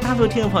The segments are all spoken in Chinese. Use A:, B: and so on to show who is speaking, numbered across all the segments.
A: 大陆听众朋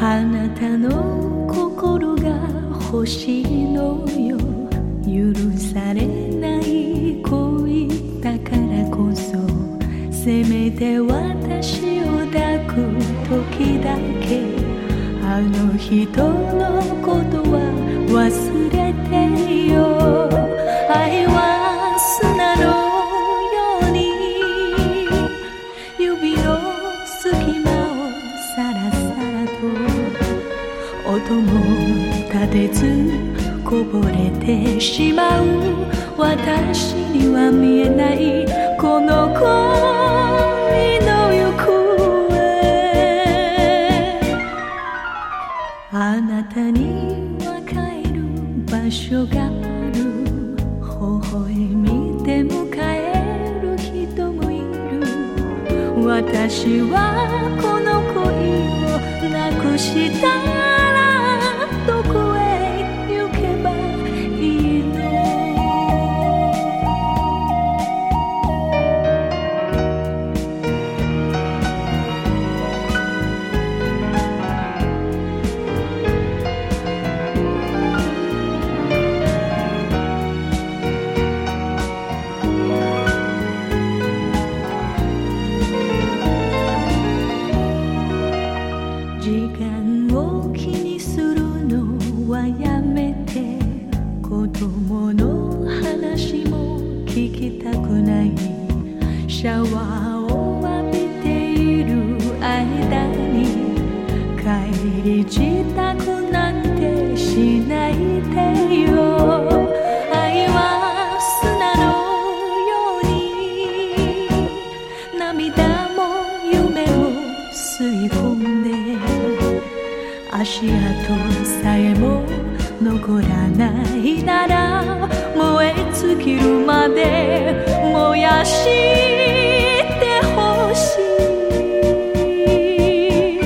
B: あなたの心が星のよ許されない恋だからこそせめて私を抱く時だけあの人のことは忘れてよ愛は砂のように指の隙間をさらさらと音も立てずこぼれてしまう私には見えないこの恋の行方あなたには帰る場所がある微笑みで迎える人もいる私はこの恋をなくしたらどこへ行けばいいの時間を気にするのはやめて子供の話も聞きたくないシャワーを浴びている間に帰り自宅なんてしないでよ愛は砂のように涙も夢も吸い込んで足跡さえも残らないなら燃え尽きるまで燃やしてほしい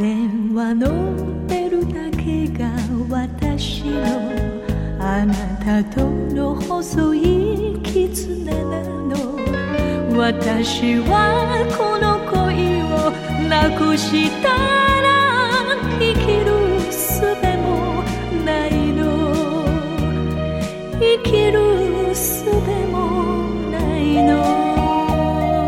B: 電話のベルだけが私のあなたとの細い絆なの私はこの恋をなくしたら生きる術もないの生きる術もないの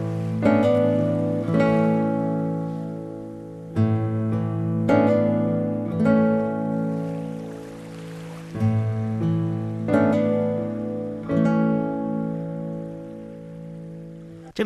A: 这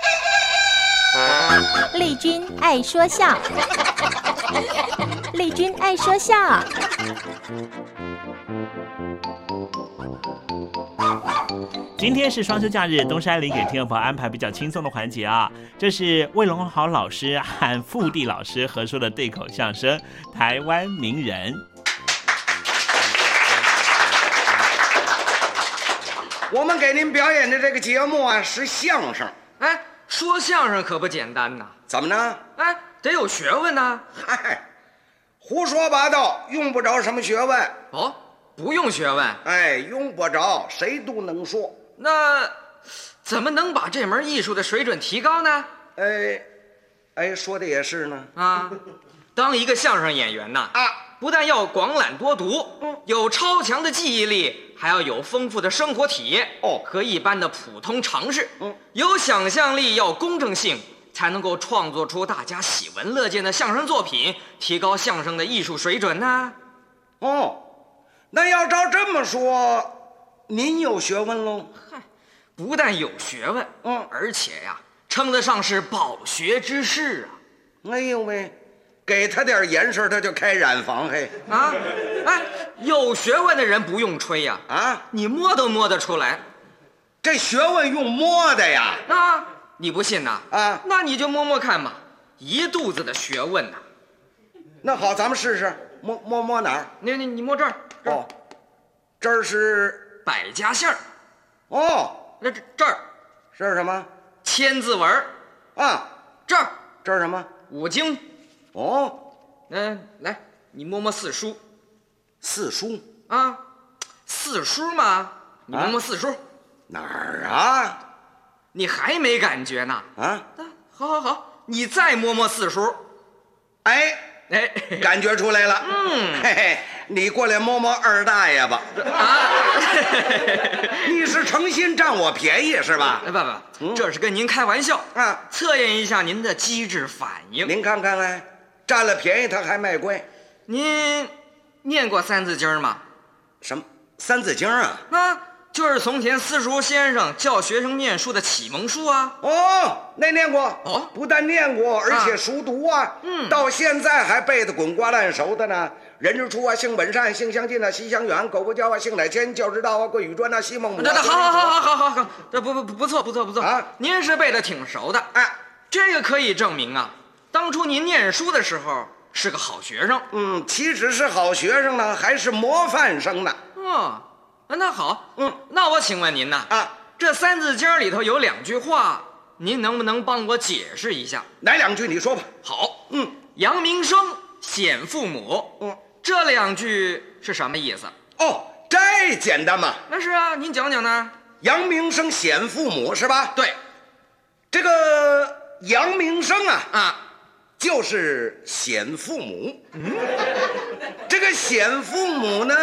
C: 丽君爱 说笑，丽君爱说笑。
A: 今天是双休假日，东山林给听众朋友安排比较轻松的环节啊。这是魏龙豪老师和傅地老师合说的对口相声《台湾名人》。
D: 我们给您表演的这个节目啊是相声，
E: 哎，说相声可不简单呐，
D: 怎么呢？
E: 哎，得有学问呐。
D: 嗨，胡说八道，用不着什么学问，
E: 哦，不用学问，
D: 哎，用不着，谁都能说。
E: 那怎么能把这门艺术的水准提高呢？
D: 哎，哎，说的也是呢。
E: 啊，当一个相声演员呐，
D: 啊，嗯
E: 不但要广览多读，有超强的记忆力，还要有丰富的生活体验哦，和一般的普通常识。
D: 嗯
E: 有想象力，要公正性，才能够创作出大家喜闻乐见的相声作品，提高相声的艺术水准呐、
D: 哦，那要照这么说，您有学问喽？
E: 不但有学问，嗯，而且呀、称得上是饱学之士啊。
D: 哎呦喂，给他点严实，他就开染坊嘿。
E: 啊，哎，有学问的人不用吹呀、啊，你摸都摸得出来。
D: 这学问用摸的呀？
E: 啊，你不信呐？啊，那你就摸摸看嘛，一肚子的学问呐、
D: 那好，咱们试试，摸摸摸哪儿？
E: 你你你摸这儿，
D: 哦，这儿是
E: 百家姓儿。
D: 哦，
E: 那这这儿
D: 这是什么？
E: 千字文儿
D: 啊，
E: 这儿
D: 这是什么？
E: 五经。
D: 哦，
E: 嗯、来，你摸摸四书
D: 四书啊
E: 啊，四书嘛，你摸摸四书，
D: 哪儿啊？
E: 你还没感觉呢？
D: 啊，
E: 好好好，你再摸摸四书，
D: 哎，
E: 哎，
D: 感觉出来了。嗯，嘿嘿，你过来摸摸二大爷吧。啊，你是诚心占我便宜是吧？
E: 哎，爸爸，这是跟您开玩笑
D: 嗯啊，
E: 测验一下您的机智反应。
D: 您看看来，占了便宜他还卖乖，
E: 您念过《三字经》吗？
D: 什么《三字经》啊？
E: 啊，就是从前私塾先生教学生念书的启蒙书啊。
D: 哦，那念过
E: 哦
D: 不但念过，而且熟读啊，嗯，到现在还背得滚瓜烂熟的呢。人之初啊，性本善，性相近啊，习相远，苟不教啊，性乃迁，教之道啊，贵与专啊，昔孟母啊。
E: 这这
D: 贤
E: 好
D: 者
E: 好好好好好好， 这不不不不错不错不错
D: 啊！
E: 您是背的挺熟的，
D: 哎，
E: 这个可以证明啊，当初您念书的时候是个好学生。
D: 嗯，岂止是好学生呢，还是模范生呢。
E: 哦，那好，
D: 嗯，
E: 那我请问您呐，
D: 啊，
E: 这《三字经》里头有两句话，您能不能帮我解释一下？
D: 哪两句你说吧。
E: 好，
D: 嗯，
E: 扬名声，显父母，
D: 嗯，
E: 这两句是什么意思？
D: 哦，这简单嘛，
E: 那是啊，您讲讲呢？
D: 扬名声显父母是吧？
E: 对，
D: 这个扬名声啊，
E: 啊，
D: 就是显父母。这个显父母呢，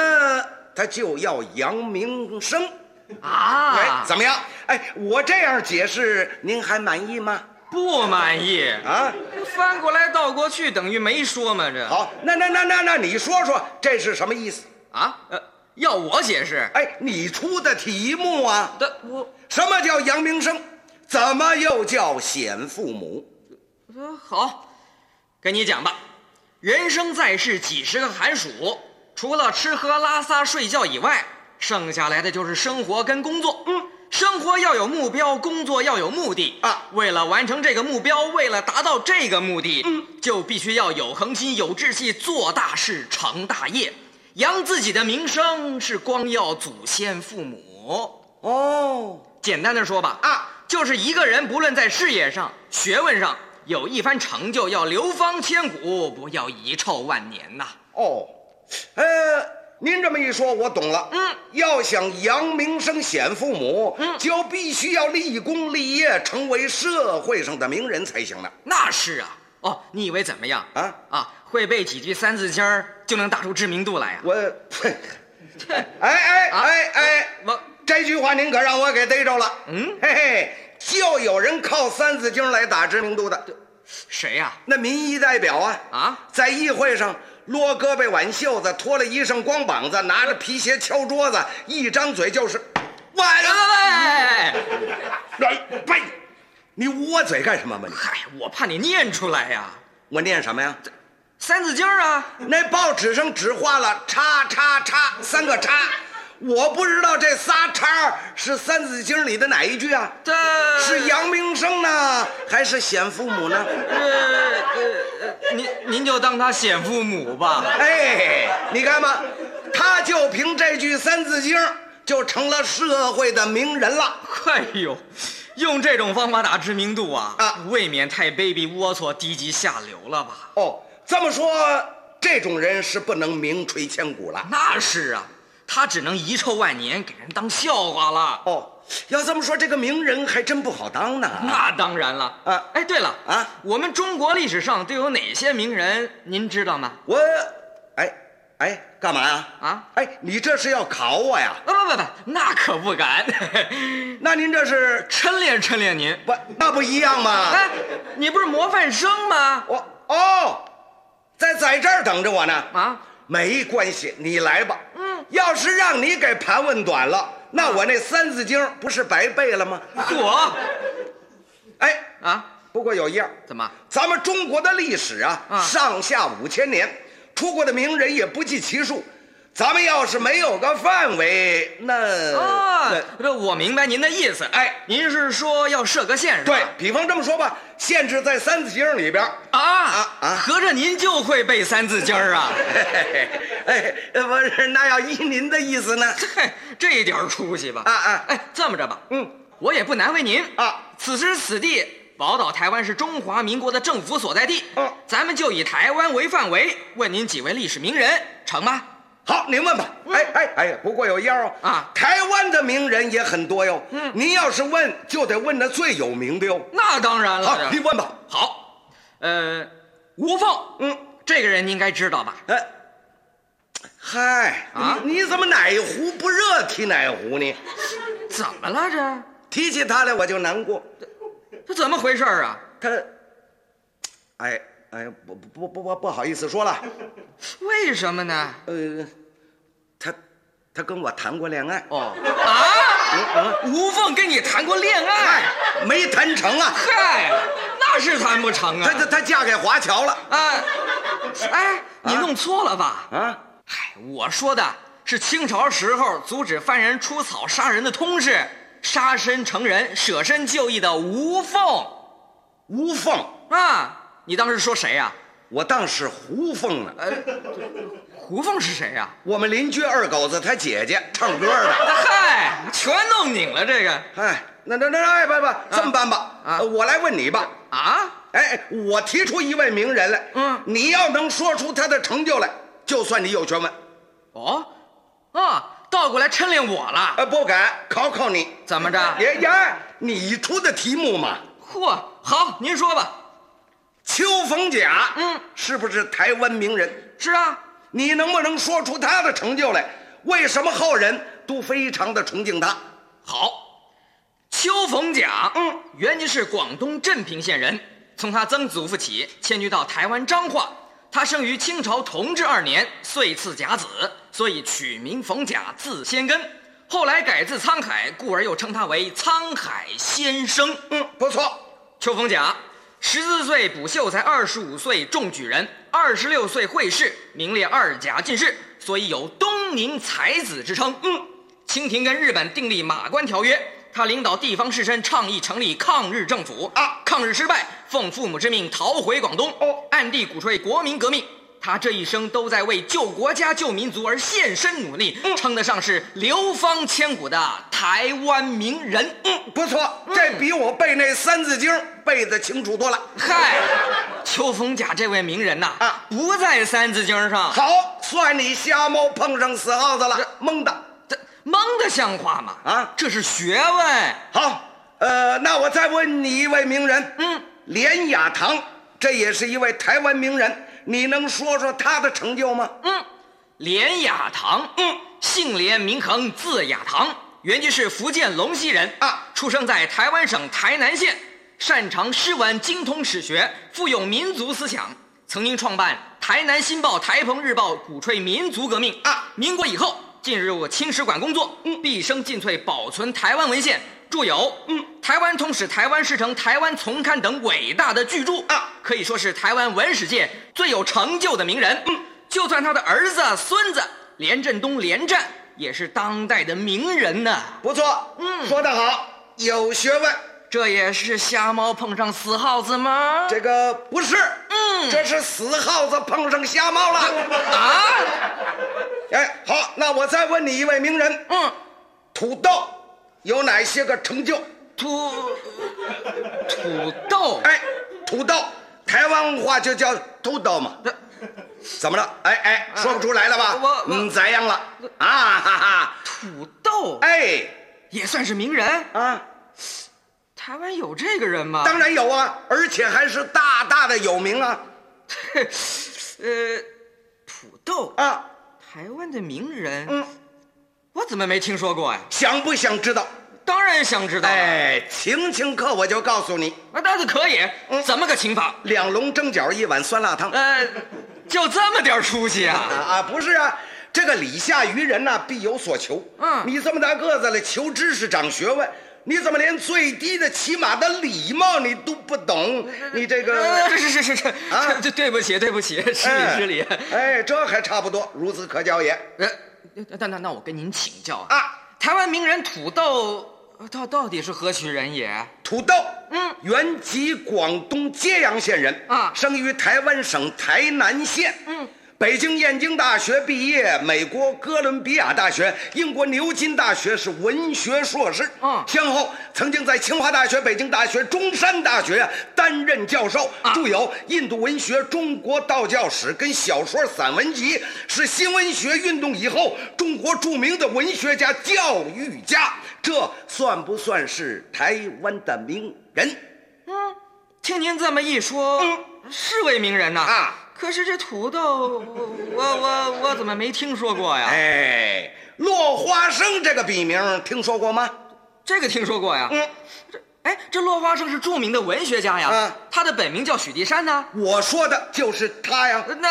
D: 他就要扬名声。
E: 啊，
D: 哎，怎么样？哎，我这样解释，您还满意吗？
E: 不满意？
D: 啊，
E: 翻过来倒过去等于没说嘛？这
D: 好，那那那那那，你说说这是什么意思？
E: 啊，呃，要我解释？
D: 哎，你出的题目啊，
E: 的我
D: 什么叫扬名声？怎么又叫显父母？
E: 呃好，跟你讲吧，人生在世几十个寒暑，除了吃喝拉撒睡觉以外，剩下来的就是生活跟工作。嗯，生活要有目标，工作要有目的
D: 啊
E: 为了完成这个目标，为了达到这个目的，嗯，就必须要有恒心、有志气，做大事、成大业，扬自己的名声，是光耀祖先父母。
D: 哦，
E: 简单的说吧，
D: 啊，
E: 就是一个人不论在事业上、学问上有一番成就，要流芳千古，不要遗臭万年呐、
D: 哦，呃，您这么一说，我懂了。
E: 嗯，
D: 要想扬名声显父母，嗯，就必须要立功立业，成为社会上的名人才行呢。
E: 那是啊，哦，你以为怎么样
D: 啊
E: 啊？会背几句《三字经》儿就能打出知名度来啊？
D: 我， 呸哎哎
E: 啊
D: 哎哎，
E: 我
D: 这句话您可让我给逮着了。
E: 嗯，
D: 嘿嘿，就有人靠《三字经》来打知名度的，
E: 谁呀、
D: 那民意代表啊，
E: 啊
D: 在议会上撸胳膊挽袖子，脱了衣裳光膀子，拿着皮鞋敲桌子，一张嘴就是，晚
E: 喂喂喂！哎
D: 来呸！哎你捂我嘴干什么嘛你？
E: 嗨，我怕你念出来呀、
D: 我念什么呀？
E: 三字经》啊，
D: 那报纸上只画了叉叉叉三个叉，我不知道这仨叉是《三字经》里的哪一句啊？
E: 这
D: 是扬名声呢，还是显父母呢？
E: 呃呃呃，您您就当他显父母吧。
D: 哎，你看吧，他就凭这句《三字经》就成了社会的名人了。
E: 哎呦，用这种方法打知名度啊，
D: 啊
E: 未免太卑鄙、龌龊、低级、下流了吧？
D: 哦，这么说，这种人是不能名垂千古了。
E: 那是啊，他只能遗臭万年，给人当笑话了。
D: 哦，要这么说，这个名人还真不好当呢。
E: 那当然了
D: 啊
E: 哎，对了
D: 啊
E: 我们中国历史上都有哪些名人？您知道吗？
D: 我，哎，哎，干嘛呀？
E: 啊，
D: 哎，你这是要考我呀？
E: 不不不不，那可不敢。
D: 那您这是
E: 抻练抻练您，
D: 不，那不一样吗？
E: 哎，你不是模范生吗？
D: 我哦，在在这儿等着我呢。
E: 啊，
D: 没关系，你来吧。嗯，要是让你给盘问短了，那我那三字经不是白背了吗？
E: 啊嚯！
D: 哎
E: 啊，
D: 不过有一样，
E: 怎么？
D: 咱们中国的历史啊，
E: 啊
D: 上下五千年，出过的名人也不计其数。咱们要是没有个范围，那
E: 啊
D: 那，
E: 这我明白您的意思。哎，您是说要设个限是吧？
D: 对比方这么说吧，限制在《三字经》里边。
E: 啊啊！合着您就会背《三字经》啊？
D: 嘿哎，不是，那要依您的意思呢？
E: 嘿，这点儿出息吧？
D: 啊啊
E: 哎，这么着吧，
D: 嗯，
E: 我也不难为您
D: 啊。
E: 此时此地，宝岛台湾是中华民国的政府所在地。
D: 嗯
E: 咱们就以台湾为范围，问您几位历史名人，成吗？
D: 好，您问吧。哎哎哎，不过有一样哦
E: 啊
D: 台湾的名人也很多哟。嗯，您要是问，就得问那最有名的哟。
E: 那当然了。
D: 好，您问吧。
E: 好，呃，吴凤，
D: 嗯，
E: 这个人您应该知道吧？
D: 哎，嗨
E: 啊
D: 你你怎么哪壶不热提哪壶呢？
E: 怎么了这？
D: 提起他来我就难过。
E: 这怎么回事儿啊？
D: 他，哎哎，不不不不不好意思说了。
E: 为什么呢？
D: 呃，他他跟我谈过恋爱，嗯
E: 哦啊！吴凤跟你谈过恋爱？
D: 没谈成啊。
E: 嗨，那是谈不成
D: 他他
E: 啊！
D: 他嫁给华侨了
E: 啊，哎，你弄错了吧？
D: 啊？
E: 嗨，我说的是清朝时候阻止犯人出草杀人的通事，杀身成仁、舍身就义的吴凤
D: 吴凤。
E: 啊！你当时说谁呀、呃
D: 我当是胡凤呢，
E: 胡凤是谁呀、
D: 我们邻居二狗子他姐姐唱歌的。
E: 嗨，全弄拧了这个
D: 哎，那那那哎，不不，这么办吧，
E: 啊
D: 呃我来问你吧。
E: 啊！
D: 哎，我提出一位名人来，
E: 嗯
D: 你要能说出他的成就来，就算你有学问。
E: 哦，啊，倒过来抻令我了，
D: 呃，不敢考考你，
E: 怎么着？
D: 爷爷，你出的题目嘛，
E: 嚯，好，您说吧。
D: 邱逢甲，
E: 嗯，
D: 是不是台湾名人？
E: 是啊，
D: 你能不能说出他的成就来？为什么后人都非常的崇敬他？
E: 好，邱逢甲，嗯，原籍是广东镇平县人，从他曾祖父起迁居到台湾彰化。他生于清朝同治二年，岁次甲子，所以取名逢甲，字先根。后来改字沧海，故而又称他为沧海先生。
D: 嗯，不错，
E: 邱逢甲，十四岁补秀才，二十五岁中举人，二十六岁会试，名列二甲进士，所以有东宁才子之称。嗯，清廷跟日本订立马关条约，他领导地方士绅倡议成立抗日政府
D: 啊
E: 抗日失败，奉父母之命逃回广东，
D: 哦
E: 暗地鼓吹国民革命。他这一生都在为救国家、救民族而献身努力，
D: 嗯
E: 称得上是流芳千古的台湾名人。嗯。
D: 不错，这比我背那《三字经》背的清楚多了。
E: 嗨，邱逢甲这位名人呐，
D: 啊
E: 不在《三字经》上，
D: 好，算你瞎猫碰上死耗子了，蒙的。
E: 这蒙的像话吗？
D: 啊
E: 这是学问。
D: 好，呃，那我再问你一位名人，
E: 嗯，
D: 连雅堂，这也是一位台湾名人，你能说说他的成就吗？
E: 嗯，连雅堂，嗯，姓连名恒，字雅堂，原籍是福建龙溪人
D: 啊
E: 出生在台湾省台南县，擅长诗文，精通史学，富有民族思想，曾经创办《台南新报》《台澎日报》，鼓吹民族革命
D: 啊
E: 民国以后进入清史馆工作，嗯毕生尽瘁保存台湾文献。著有《嗯台湾通史》《台湾师承》《台湾丛刊》等伟大的巨著
D: 啊，
E: 可以说是台湾文史界最有成就的名人。嗯，就算他的儿子、孙子连振东、连战，也是当代的名人呢、
D: 不错，嗯，说得好，有学问。
E: 这也是瞎猫碰上死耗子吗？
D: 这个不是，嗯，这是死耗子碰上瞎猫了。
E: 啊，
D: 哎，好，那我再问你一位名人，
E: 嗯，
D: 土豆有哪些个成就？
E: 土土豆，
D: 哎，土豆，台湾话就叫土豆嘛。
E: 这
D: 怎么了？哎哎， 说不出来了吧？
E: 我我
D: 嗯，咋样了？啊哈哈！
E: 土豆
D: 哎
E: 也算是名人。
D: 啊，
E: 台湾有这个人吗？
D: 当然有啊，而且还是 大大的有名啊
E: 呃，土豆
D: 啊！
E: 台湾的名人，嗯，我怎么没听说过呀？
D: 想不想知道？
E: 当然想知道。啊
D: 哎，情情课我就告诉你，嗯
E: 那倒是可以。怎么个请法？
D: 两笼蒸饺，一碗酸辣汤。
E: 呃，就这么点出息 啊？
D: 啊，不是啊，这个礼下于人呐，必有所求。嗯，你这么大个子了，求知识长学问，你怎么连最低的起码的礼貌你都不懂？你这个
E: 是是是是啊，对对不起对不起，失礼失礼。
D: 哎哎，这还差不多，孺子可教也。
E: 呃，那那那我跟您请教啊，台湾名人土豆。到到底是何许人也？
D: 土豆，嗯，原籍广东揭阳县人啊，生于台湾省台南县，嗯，北京燕京大学毕业，美国哥伦比亚大学、英国牛津大学是文学硕士，嗯，先后曾经在清华大学、北京大学、中山大学啊担任教授，啊、著有《印度文学中国道教史》跟小说散文集，是新文学运动以后中国著名的文学家、教育家。这算不算是台湾的名人？
E: 嗯，听您这么一说，嗯，是位名人呐。啊，可是这土豆，我我我怎么没听说过呀？
D: 哎，落花生这个笔名听说过吗？
E: 这个听说过呀。嗯，这哎，这落花生是著名的文学家呀。啊，他的本名叫许地山呢。
D: 嗯我说的就是他呀。
E: 那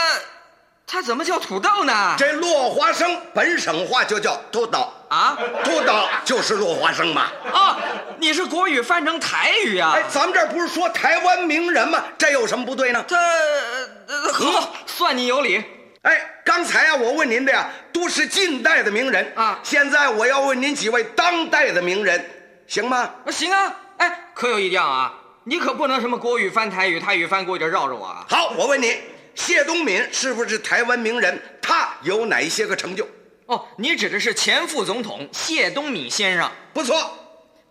E: 他怎么叫土豆呢？
D: 这落花生本省话就叫土豆。啊，土豆就是落花生嘛！
E: 啊，你是国语翻成台语啊？
D: 哎，咱们这不是说台湾名人吗？这有什么不对呢？嗯
E: 这、呃、好，算你有理。
D: 哎，刚才啊，我问您的呀，都是近代的名人啊。现在我要问您几位当代的名人，行吗？
E: 行啊。哎，可有一样啊，你可不能什么国语翻台语，台语翻国语，这绕着我啊。
D: 好，我问你，谢东闵是不是台湾名人？他有哪一些个成就？
E: 哦，你指的是前副总统谢东闵先生，
D: 不错，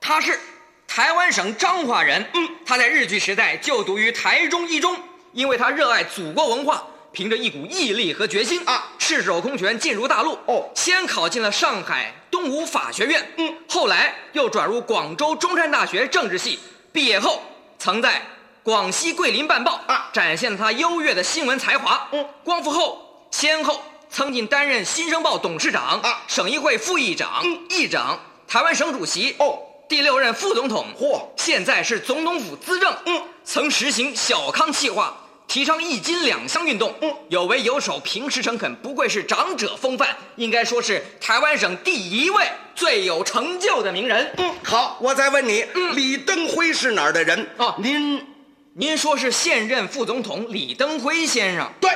E: 他是台湾省彰化人。嗯，他在日据时代就读于台中一中，因为他热爱祖国文化，凭着一股毅力和决心啊，赤手空拳进入大陆。哦，先考进了上海东吴法学院，嗯，后来又转入广州中山大学政治系，毕业后曾在广西桂林办报啊，展现了他优越的新闻才华。嗯，光复后先后。曾经担任《新生报》董事长、啊、省议会副议长、嗯、议长、台湾省主席、哦，第六任副总统，嚯、哦，现在是总统府资政，嗯，曾实行小康计划，提倡一金两乡运动，嗯，有为有守，平时诚恳，不愧是长者风范，应该说是台湾省第一位最有成就的名人。
D: 嗯，好，我再问你，嗯、李登辉是哪儿的人？哦，您，
E: 您说是现任副总统李登辉先生？
D: 对。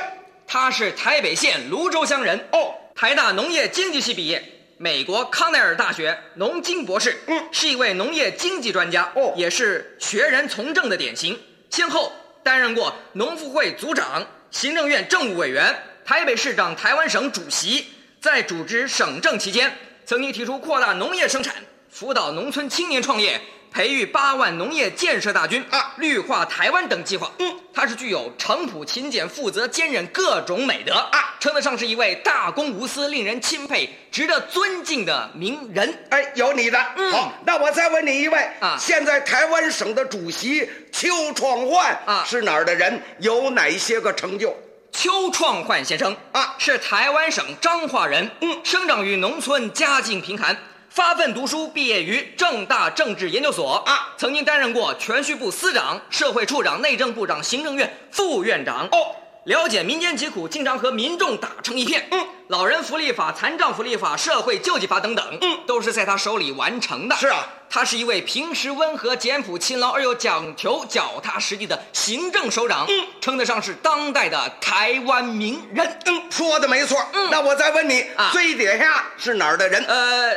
E: 他是台北县泸州乡人哦，台大农业经济系毕业，美国康奈尔大学农经博士，嗯，是一位农业经济专家哦，也是学人从政的典型。先后担任过农妇会组长、行政院政务委员、台北市长、台湾省主席。在主持省政期间，曾经提出扩大农业生产、辅导农村青年创业、培育八万农业建设大军啊、绿化台湾等计划。嗯。他是具有诚朴、勤俭、负责、坚韧各种美德啊，称得上是一位大公无私、令人钦佩、值得尊敬的名人。
D: 哎，有你的。嗯、好，那我再问你一位啊，现在台湾省的主席邱创焕啊是哪儿的人？有哪些个成就？
E: 邱创焕先生啊，是台湾省彰化人，嗯，生长于农村，家境贫寒。发奋读书，毕业于正大政治研究所啊，曾经担任过全序部司长、社会处长、内政部长、行政院副院长哦，了解民间疾苦，经常和民众打成一片。嗯，老人福利法、残障福利法、社会救济法等等，嗯，都是在他手里完成的。
D: 是啊，
E: 他是一位平时温和、简朴、勤劳而又讲求脚踏实地的行政首长，嗯，称得上是当代的台湾名人。啊
D: 嗯，说的没错。嗯，那我再问你，最底下是哪儿的人？
E: 呃。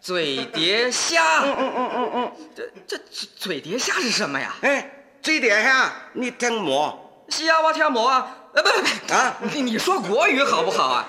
E: 嘴碟虾，嗯嗯嗯嗯嗯，这这嘴碟虾是什么呀？
D: 哎，嘴碟虾，你听么？
E: 虾我听么啊？呃，不不不啊，你你说国语好不好啊？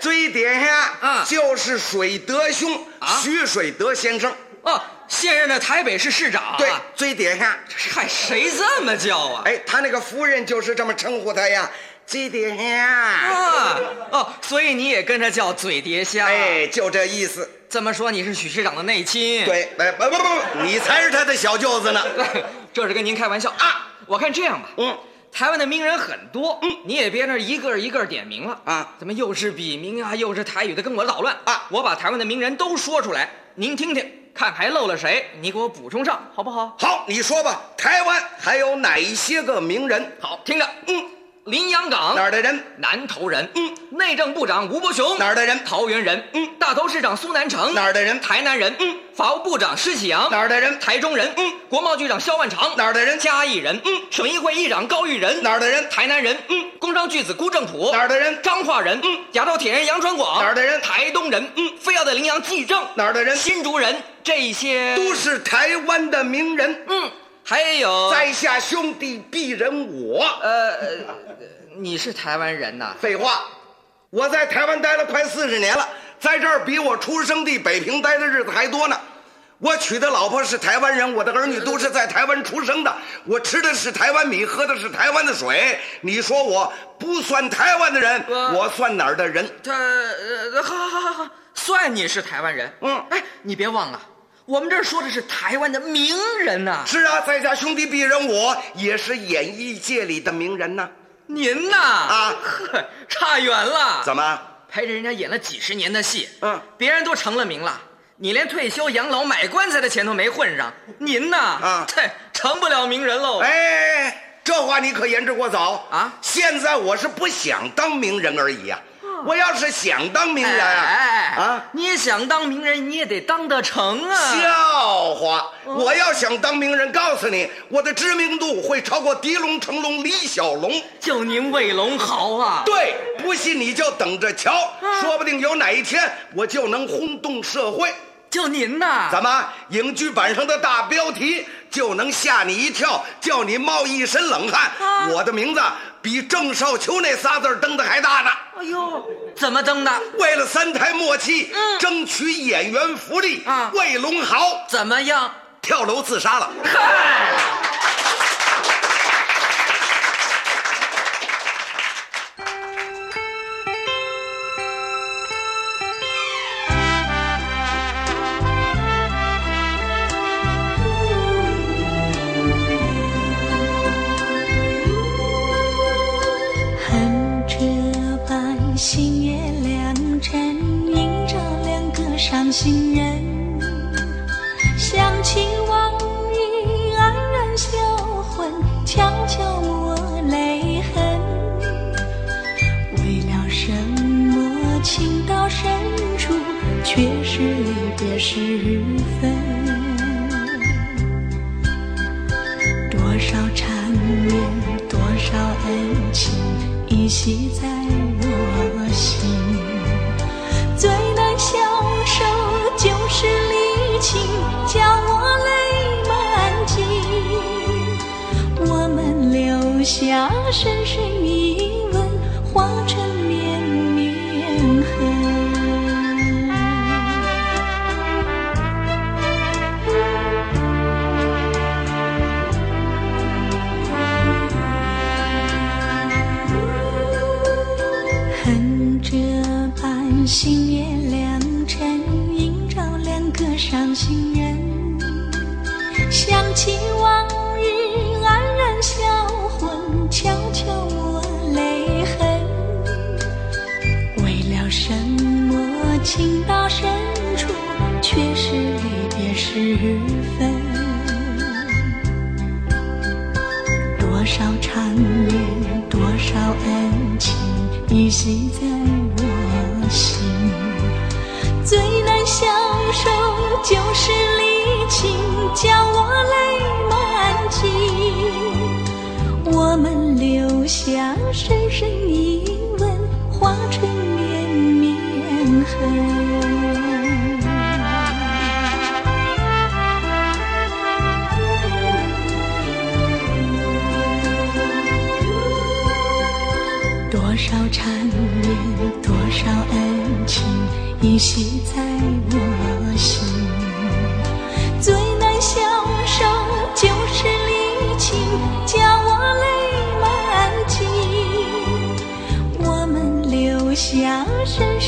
D: 嘴碟虾啊，就是水德兄徐水德先生
E: 啊哦，现任的台北市市长。啊
D: 对，嘴碟虾，
E: 嗨，谁这么叫啊？
D: 哎，他那个夫人就是这么称呼他呀。嘴碟虾
E: 啊，哦，所以你也跟着叫嘴碟虾？
D: 哎，就这意思。
E: 这么说你是许市长的内亲？
D: 对，哎，不不不，你才是他的小舅子呢。
E: 这是跟您开玩笑啊！我看这样吧，嗯，台湾的名人很多，嗯，你也别那一个一个点名了啊！怎么又是笔名啊，又是台语的，跟我捣乱啊！我把台湾的名人都说出来，您听听，看还漏了谁，你给我补充上，好不好？
D: 好，你说吧，台湾还有哪些个名人？
E: 好，听着，
D: 嗯。
E: 林洋港
D: 哪儿的人？
E: 南投人。嗯，内政部长吴伯雄
D: 哪儿的人？
E: 桃园人。嗯，大头市长苏南成
D: 哪儿的人？
E: 台南人。嗯，法务部长施启阳
D: 哪儿的人？
E: 台中人。嗯，国贸局长肖万长
D: 哪儿的人？
E: 嘉义人。嗯，省议会议长高玉仁
D: 哪儿的人？
E: 台南人。嗯，工商巨子辜正甫
D: 哪儿的人？
E: 彰化人。嗯，亚洲铁人杨传广
D: 哪儿的人？
E: 台东人。嗯，非要的羚羊纪正
D: 哪儿的人？
E: 新竹人。这些
D: 都是台湾的名人。
E: 嗯。还有
D: 在下兄弟鄙人我，
E: 呃，你是台湾人呐？
D: 废话，我在台湾待了快四十年了，哎在这儿比我出生地北平待的日子还多呢。我娶的老婆是台湾人，我的儿女都是在台湾出生的，我吃的是台湾米，喝的是台湾的水。你说我不算台湾的人，
E: 呃、
D: 我算哪儿的人？
E: 他呃，好好好好，算你是台湾人。
D: 嗯，
E: 哎，你别忘了。我们这儿说的是台湾的名人呐、啊，
D: 是啊，在下兄弟鄙人我也是演艺界里的名人呐、啊。
E: 您呐，
D: 啊，
E: 呵，差远了。
D: 怎么
E: 陪着人家演了几十年的戏？
D: 嗯，
E: 别人都成了名了，你连退休养老买棺材的钱都没混上，您呐，
D: 啊，
E: 这成不了名人喽。
D: 哎，这话你可言之过早
E: 啊！
D: 现在我是不想当名人而已呀、啊。我要是想当名人啊，
E: 哎哎
D: 啊，
E: 你想当名人，你也得当得成啊！
D: 笑话，哦、我要想当名人，告诉你，我的知名度会超过狄龙、成龙、李小龙，
E: 就您卫龙豪啊！
D: 对，不信你就等着瞧，啊、说不定有哪一天我就能轰动社会。
E: 就您呐，
D: 怎么影剧版上的大标题就能吓你一跳，叫你冒一身冷汗？
E: 啊、
D: 我的名字比郑少秋那仨字登的还大呢！
E: 哎呦，怎么登的？
D: 为了三台默契，
E: 嗯，
D: 争取演员福利
E: 啊！
D: 魏龙豪
E: 怎么样？
D: 跳楼自杀了！
E: 嗨，
B: 含着半新月亮枕，映着两个伤心人。想起往日黯然销魂，悄悄抹泪痕。为了什么情到深处，却是离别时分。多少缠绵，多少恩情，依稀在我心。最难消受就是离情，叫我泪满襟。我们留下深深一吻，化成绵绵痕。哼着半新月亮枕，映照两个伤心人。想起往日黯然销魂，悄悄抹泪痕。为了什么情到深处，却是离别时分。多少缠绵，多少恩情，依稀在我心。最难消受就是离情，叫我泪满襟。我们留下深深一吻，化成绵绵痕。多少缠绵，多少恩情，依稀在我心。最难消受就是离情，叫我泪满襟。我们留下深。